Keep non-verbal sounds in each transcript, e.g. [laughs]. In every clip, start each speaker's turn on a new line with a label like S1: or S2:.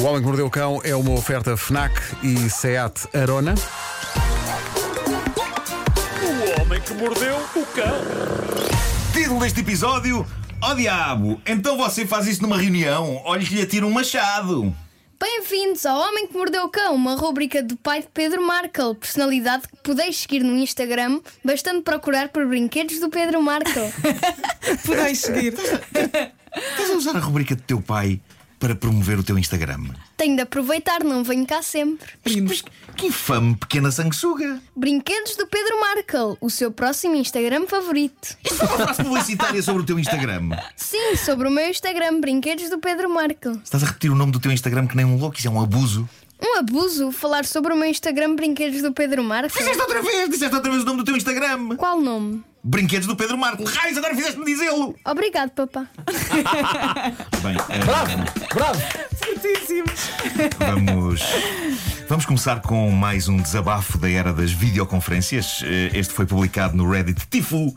S1: O Homem que Mordeu o Cão é uma oferta FNAC e SEAT Arona.
S2: O homem que mordeu o cão.
S3: Título deste episódio: Ó diabo, então você faz isso numa reunião, olha que lhe atira um machado.
S4: Bem-vindos ao Homem que Mordeu o Cão, uma rúbrica do pai de Pedro Markel, personalidade que podeis seguir no Instagram, bastando procurar por brinquedos do Pedro Markel.
S5: Podeis seguir.
S3: Estás a usar a rubrica do teu pai para promover o teu Instagram.
S4: Tenho de aproveitar, não venho cá sempre.
S3: Mas que infame pequena sanguessuga!
S4: Brinquedos do Pedro Markel, o seu próximo Instagram favorito.
S3: Isto foi uma frase publicitária sobre o teu Instagram.
S4: Sim, sobre o meu Instagram, Brinquedos do Pedro Markel.
S3: Estás a repetir o nome do teu Instagram que nem um louco, isso é um abuso.
S4: Um abuso falar sobre o meu Instagram, Brinquedos do Pedro Markel.
S3: Disseste outra vez, disseste outra vez o nome do teu Instagram.
S4: Qual nome?
S3: Brinquedos do Pedro Marco. Raiz, agora fizeste-me dizê-lo.
S4: Obrigado, papá.
S3: Bem, eh,
S2: Bravo!
S5: Certíssimo.
S3: Vamos, vamos começar com mais um desabafo da era das videoconferências. Eh, Este foi publicado no Reddit Tifo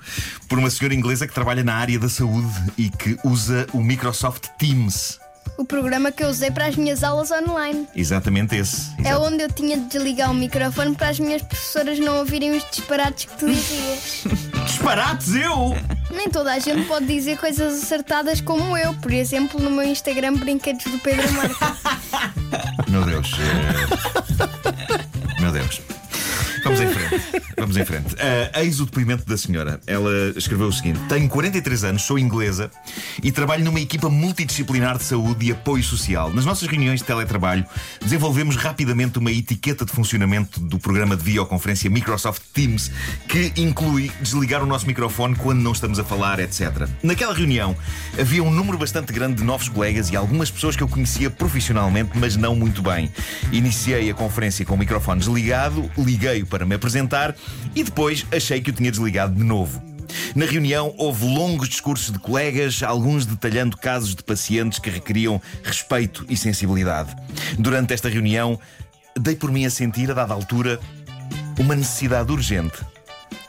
S3: por uma senhora inglesa que trabalha na área da saúde e que usa o Microsoft Teams.
S4: O programa que eu usei para as minhas aulas online.
S3: Exatamente esse.
S4: É
S3: Exato.
S4: onde eu tinha de desligar o microfone para as minhas professoras não ouvirem os disparates que tu
S6: [laughs]
S4: dizias.
S3: Disparates eu!
S4: Nem toda a gente pode dizer coisas acertadas como eu, por exemplo, no meu Instagram Brinquedos do Pedro
S6: [laughs]
S4: Marco.
S3: Meu Deus. eh, Meu Deus. Vamos em frente. Vamos em frente. Ah, eis o depoimento da senhora. Ela escreveu o seguinte: Tenho 43 anos, sou inglesa e trabalho numa equipa multidisciplinar de saúde e apoio social. Nas nossas reuniões de teletrabalho, desenvolvemos rapidamente uma etiqueta de funcionamento do programa de videoconferência Microsoft Teams, que inclui desligar o nosso microfone quando não estamos a falar, etc. Naquela reunião, havia um número bastante grande de novos colegas e algumas pessoas que eu conhecia profissionalmente, mas não muito bem. Iniciei a conferência com o microfone desligado, liguei-o para me apresentar e depois achei que o tinha desligado de novo. Na reunião houve longos discursos de colegas, alguns detalhando casos de pacientes que requeriam respeito e sensibilidade. Durante esta reunião, dei por mim a sentir, a dada altura, uma necessidade urgente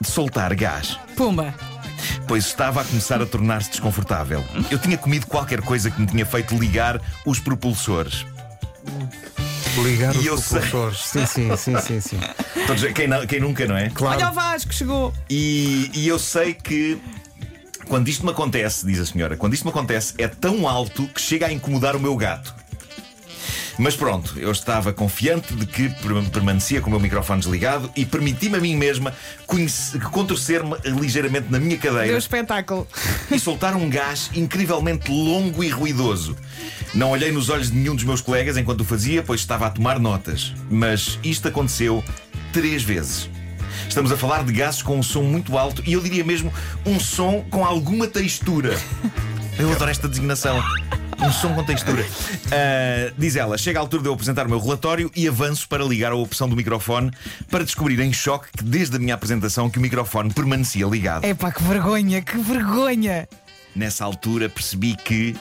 S3: de soltar gás
S5: Pumba.
S3: pois estava a começar a tornar-se desconfortável. Eu tinha comido qualquer coisa que me tinha feito ligar os propulsores.
S1: Ligar
S3: E eu
S1: os
S3: sei.
S1: professores. Sim, sim, sim, sim, sim.
S3: Todos- quem, não- quem nunca, não é?
S5: Olha o
S1: Claro.
S5: Vasco, chegou.
S3: E, e eu sei que. Quando isto me acontece, diz a senhora, quando isto me acontece é tão alto que chega a incomodar o meu gato. Mas pronto, eu estava confiante de que per- permanecia com o meu microfone desligado e permiti-me a mim mesma conhece- contorcer-me ligeiramente na minha cadeira.
S5: Deu espetáculo.
S3: e soltar um gás incrivelmente longo e ruidoso. Não olhei nos olhos de nenhum dos meus colegas enquanto o fazia, pois estava a tomar notas. Mas isto aconteceu três vezes. Estamos a falar de gases com um som muito alto e eu diria mesmo um som com alguma textura. Eu adoro esta designação. Um som com textura. Ah, diz ela: chega a altura de eu apresentar o meu relatório e avanço para ligar a opção do microfone para descobrir em choque que desde a minha apresentação que o microfone permanecia ligado.
S5: Epá, que vergonha, que vergonha.
S3: Nessa altura percebi que,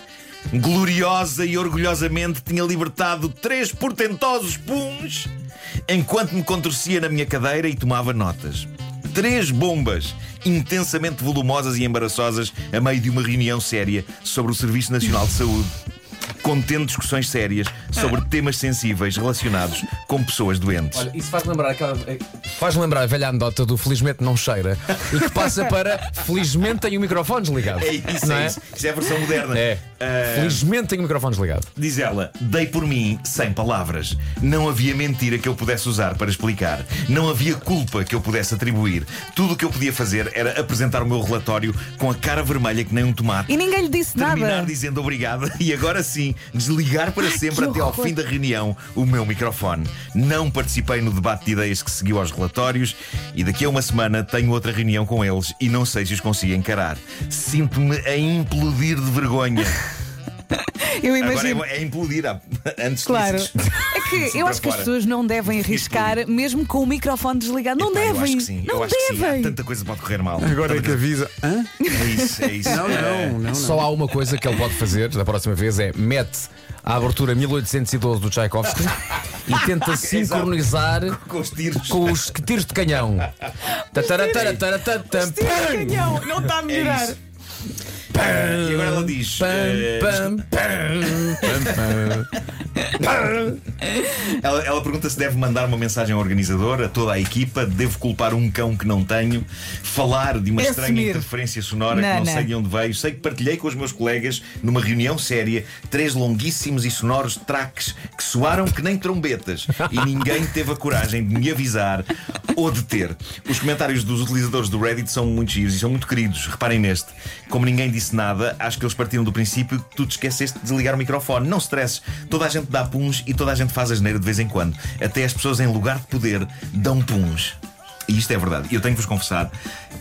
S3: gloriosa e orgulhosamente, tinha libertado três portentosos puns enquanto me contorcia na minha cadeira e tomava notas. Três bombas intensamente volumosas e embaraçosas a meio de uma reunião séria sobre o Serviço Nacional de Saúde. Contendo discussões sérias sobre temas sensíveis relacionados com pessoas doentes.
S6: Ah. Olha, isso faz lembrar aquela. é, Faz lembrar a velha anedota do Felizmente não cheira e que passa para Felizmente tem o microfone desligado.
S3: É isso,
S6: não
S3: é isso. Isso é a versão moderna.
S6: É.
S3: Ah,
S6: Felizmente tem o microfone desligado.
S3: Diz ela, dei por mim sem palavras. Não havia mentira que eu pudesse usar para explicar. Não havia culpa que eu pudesse atribuir. Tudo o que eu podia fazer era apresentar o meu relatório com a cara vermelha que nem um tomate.
S5: E ninguém lhe disse
S3: Terminar
S5: nada.
S3: dizendo obrigada [laughs] e agora sim desligar para sempre até ao fim da reunião o meu microfone. Não participei no debate de ideias que seguiu aos relatórios e daqui a uma semana tenho outra reunião com eles e não sei se os consigo encarar. Sinto-me a implodir de vergonha.
S5: Eu
S3: Agora
S5: imagino.
S3: é, é implodir ah, antes de
S5: Claro.
S3: disso.
S5: É que eu
S3: para
S5: acho que as
S3: fora.
S5: pessoas não devem arriscar, mesmo com o microfone desligado. Não
S3: Epá, Eu acho
S5: devem.
S3: que sim. eu
S5: Não
S3: acho que sim. Há
S5: devem.
S3: tanta coisa que pode correr mal.
S1: Agora é que
S3: Tanta
S1: avisa. Hã?
S3: coisa- é isso, é isso.
S1: Não,
S3: É,
S1: não, não. não.
S6: Só há uma coisa que ele pode fazer da próxima vez: é mete a abertura 1812
S3: [laughs]
S6: do Tchaikovsky e tenta sincronizar
S3: é Com os tiros.
S6: com os que tiros de canhão. Tataratara, taratam,
S5: Tira o é canhão, não está
S3: É
S5: a melhorar.
S3: isso. E agora ela diz.
S6: Pam,
S3: eh,
S6: pam, pam, pam, pam.
S3: Ela, ela pergunta se deve mandar uma mensagem ao organizador, a toda a equipa, devo culpar um cão que não tenho, falar de uma
S5: É
S3: estranha
S5: assumir.
S3: interferência sonora que
S5: Não,
S3: não,
S5: não.
S3: sei de onde veio, sei que partilhei com os meus colegas numa reunião séria três longuíssimos e sonoros traques que soaram que nem trombetas e ninguém teve a coragem de me avisar ou deter. Os comentários dos utilizadores do Reddit são muito giros e são muito queridos. Reparem neste. Como ninguém disse nada, acho que eles partiram do princípio que tu te esqueceste de desligar o microfone. Não stresses. Toda a gente dá puns e toda a gente faz asneira de vez em quando. Até as pessoas em lugar de poder dão puns. E isto é verdade. Eu tenho que vos confessar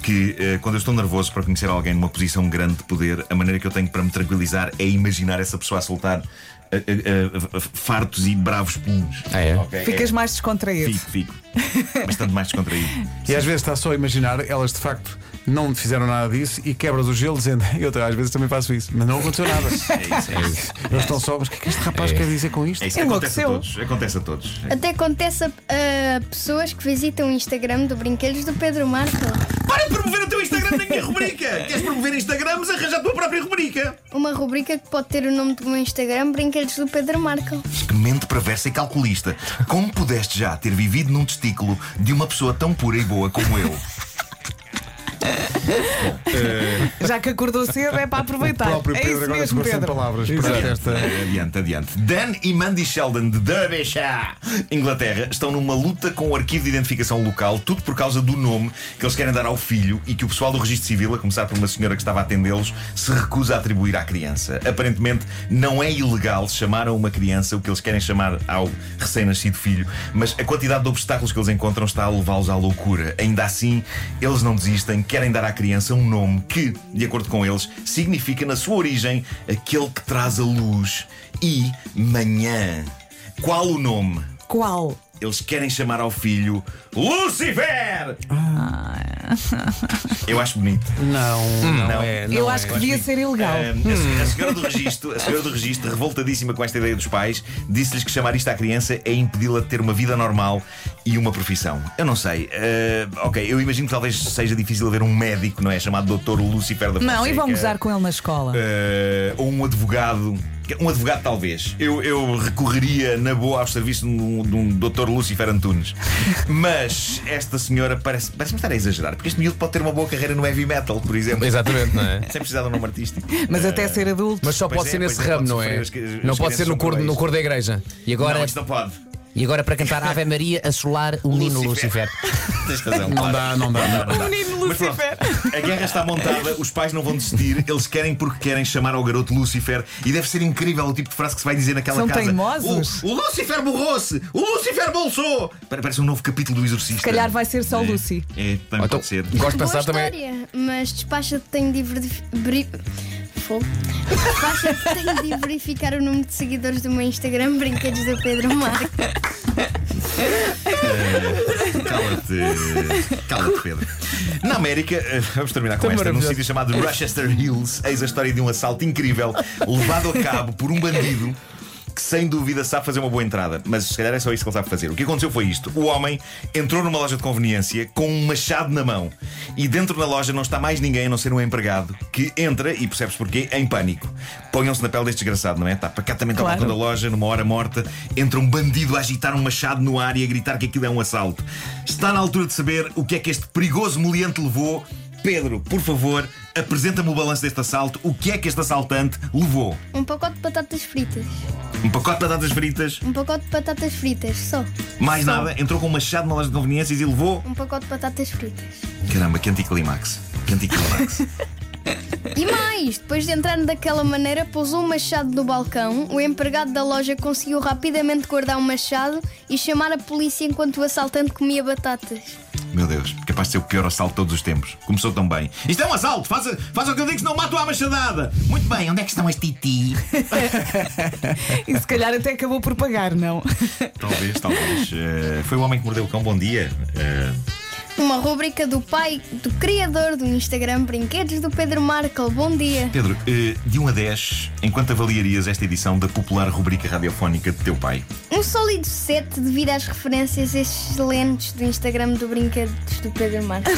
S3: que eh, quando eu estou nervoso para conhecer alguém numa posição grande de poder, a maneira que eu tenho para me tranquilizar é imaginar essa pessoa a soltar eh, eh, eh, fartos e bravos puns.
S6: Ah, é?
S3: Ok?
S5: Ficas
S3: É.
S5: mais descontraído.
S3: Fico, fico. Bastante mais descontraído. É
S1: E às vezes está só a imaginar, elas de facto não fizeram nada disso e quebras o gelo dizendo, [laughs] eu às vezes também faço isso, mas não aconteceu nada.
S3: [laughs] É isso, é isso.
S1: Eles estão só, mas o que é que este rapaz
S6: É.
S1: quer dizer com isto?
S3: É isso. Acontece a todos. Acontece a todos.
S4: Até acontece a, a pessoas que visitam o Instagram do Brinquedos do Pedro Marco.
S3: Para de promover o teu Instagram na minha [laughs] rubrica! Queres promover Instagrams? Arranja a tua própria rubrica!
S4: Uma rubrica que pode ter o nome do meu Instagram, Brinquedos do Pedro Marco.
S3: Que mente perversa e calculista. Como pudeste já ter vivido num testículo de uma pessoa tão pura e boa como eu?
S5: Já que acordou cedo, é para aproveitar.
S1: O próprio
S5: é
S1: Pedro
S5: isso
S1: agora
S5: mesmo,
S1: ficou sem
S5: Pedro.
S1: palavras perante esta.
S3: Adiante, adiante. Dan e Mandy Sheldon de Derbyshire, Inglaterra, estão numa luta com o arquivo de identificação local, tudo por causa do nome que eles querem dar ao filho e que o pessoal do registro civil, a começar por uma senhora que estava a atendê-los, se recusa a atribuir à criança. Aparentemente, não é ilegal chamar a uma criança o que eles querem chamar ao recém-nascido filho, mas a quantidade de obstáculos que eles encontram está a levá-los à loucura. Ainda assim, eles não desistem, querem dar à criança um nome que, de acordo com eles, significa na sua origem aquele que traz a luz e manhã. Qual o nome?
S5: Qual?
S3: Eles querem chamar ao filho Lucifer!
S5: Ah.
S3: Eu acho bonito.
S1: Não, não,
S3: Não.
S1: é.
S5: Eu
S1: não
S5: acho
S1: é.
S5: que devia ser ilegal.
S3: Um, a se- a, senhora do registro, a senhora do registro, revoltadíssima com esta ideia dos pais, disse-lhes que chamar isto à criança é impedi-la de ter uma vida normal e uma profissão. Eu não sei. eh, ok, eu imagino que talvez seja difícil haver um médico, não é? Chamado Doutor Lucifer da
S5: Não,
S3: Fonseca.
S5: e vão gozar com ele na escola.
S3: Eh, ou um advogado. Um advogado, talvez. Eu, eu recorreria na boa aos serviços de um, de um Dr. Lucifer
S5: [laughs]
S3: Antunes. Mas esta senhora parece- parece-me estar a exagerar, porque este miúdo pode ter uma boa carreira no heavy metal, por exemplo.
S6: Exatamente, não é?
S3: Sem precisar de um nome artístico. Eh,
S5: Mas
S3: É.
S5: até ser adulto.
S6: Mas só
S3: Pois
S6: pode
S3: é,
S6: ser nesse
S3: pois é,
S6: ramo,
S3: pode
S6: não
S3: sofrer
S6: é?
S3: as- as
S6: não pode
S3: crianças
S6: ser no
S3: são
S6: cor,
S3: cruéis.
S6: no cor da igreja. E agora, é-
S3: Não, isto não
S6: [laughs]
S3: pode.
S6: e agora para cantar Ave Maria a solar o menino
S3: Lucifer.
S6: Lucifer.
S3: Tens razão.
S1: Não
S3: claro.
S1: dá, não dá. não dá.
S5: Menino
S3: Mas pronto,
S5: Lucifer.
S3: a guerra está montada, os pais não vão desistir, eles querem porque querem chamar ao garoto Lucifer e deve ser incrível o tipo de frase que se vai dizer naquela
S5: São
S3: casa.
S5: teimosos.
S3: O, o Lucifer borrou-se! O Lucifer bolsou! Pare- Parece um novo capítulo do Exorcista.
S5: Se calhar vai ser só
S3: É,
S5: Lucy.
S3: É, também
S6: Então,
S3: pode ser.
S6: gosto de
S4: Boa
S6: pensar também.
S4: história, mas despacha-te tem de verificar. Bri... Fogo. Despacha-te tem de verificar o número de seguidores do meu Instagram, Brinquedos do Pedro Marco.
S3: Cala-te, cala-te, Pedro. Na América, eh, vamos terminar com
S6: Tá
S3: esta, num
S6: maravilhoso.
S3: sítio chamado Rochester Hills, eis a história de um assalto incrível levado a cabo por um bandido. Que sem dúvida sabe fazer uma boa entrada, mas se calhar é só isso que ele sabe fazer. O que aconteceu foi isto: o homem entrou numa loja de conveniência com um machado na mão e dentro da loja não está mais ninguém a não ser um empregado que entra, e percebes porquê, em pânico. Ponham-se na pele deste desgraçado, não é? Está pacatamente ao
S5: Claro.
S3: balcão da loja, numa hora morta, entra um bandido a agitar um machado no ar e a gritar que aquilo é um assalto. Está na altura de saber o que é que este perigoso meliante levou. Pedro, por favor, apresenta-me o balanço deste assalto. O que é que este assaltante levou?
S4: Um pacote de batatas fritas.
S3: Um pacote de batatas fritas,
S4: Um pacote de batatas fritas, só.
S3: mais nada, entrou com um machado na loja de conveniências e levou.
S4: Um pacote de batatas fritas.
S3: Caramba, que anticlimax. Que anticlimax.
S4: E mais, depois de entrar daquela maneira, pousou um machado no balcão. O empregado da loja conseguiu rapidamente guardar o machado e chamar a polícia enquanto o assaltante comia batatas.
S3: Meu Deus, capaz de ser o pior assalto de todos os tempos. Começou tão bem. Isto é um assalto, faz, faz o que eu digo, senão mato à machadada. Muito bem, onde é que estão as titi?
S5: E se calhar até acabou por pagar, não?
S3: [laughs] Talvez, talvez. Eh, foi o homem que mordeu o cão, bom dia. Eh,
S4: Uma rúbrica do pai, do criador do Instagram Brinquedos do Pedro Markel. Bom dia.
S3: Pedro, eh, de 1 a 10, enquanto avaliarias esta edição da popular rubrica radiofónica de teu pai?
S4: Um sólido 7 devido às referências excelentes do Instagram do Brinquedos do Pedro Marques.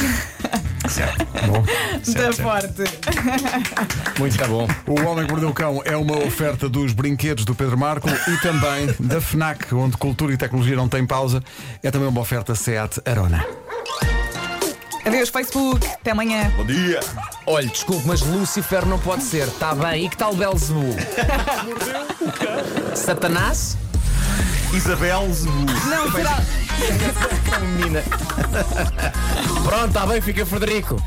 S3: Certo.
S5: Da
S3: Certo, certo.
S5: forte.
S6: Muito tá bom.
S1: O Homem que Mordeu o Cão é uma oferta dos brinquedos do Pedro Marco e também da FNAC, onde cultura e tecnologia não têm pausa. É também uma oferta SEAT Arona.
S5: Adeus, Facebook. Até amanhã.
S3: Bom dia.
S6: Olha, desculpe, mas Lucifer não pode ser. Está bem. E que
S3: [laughs]
S6: tal Belzebu? Satanás?
S3: Isabel Zebu.
S5: Não, será.
S6: Menina.
S1: tá
S6: Pronto, está bem, fica Frederico.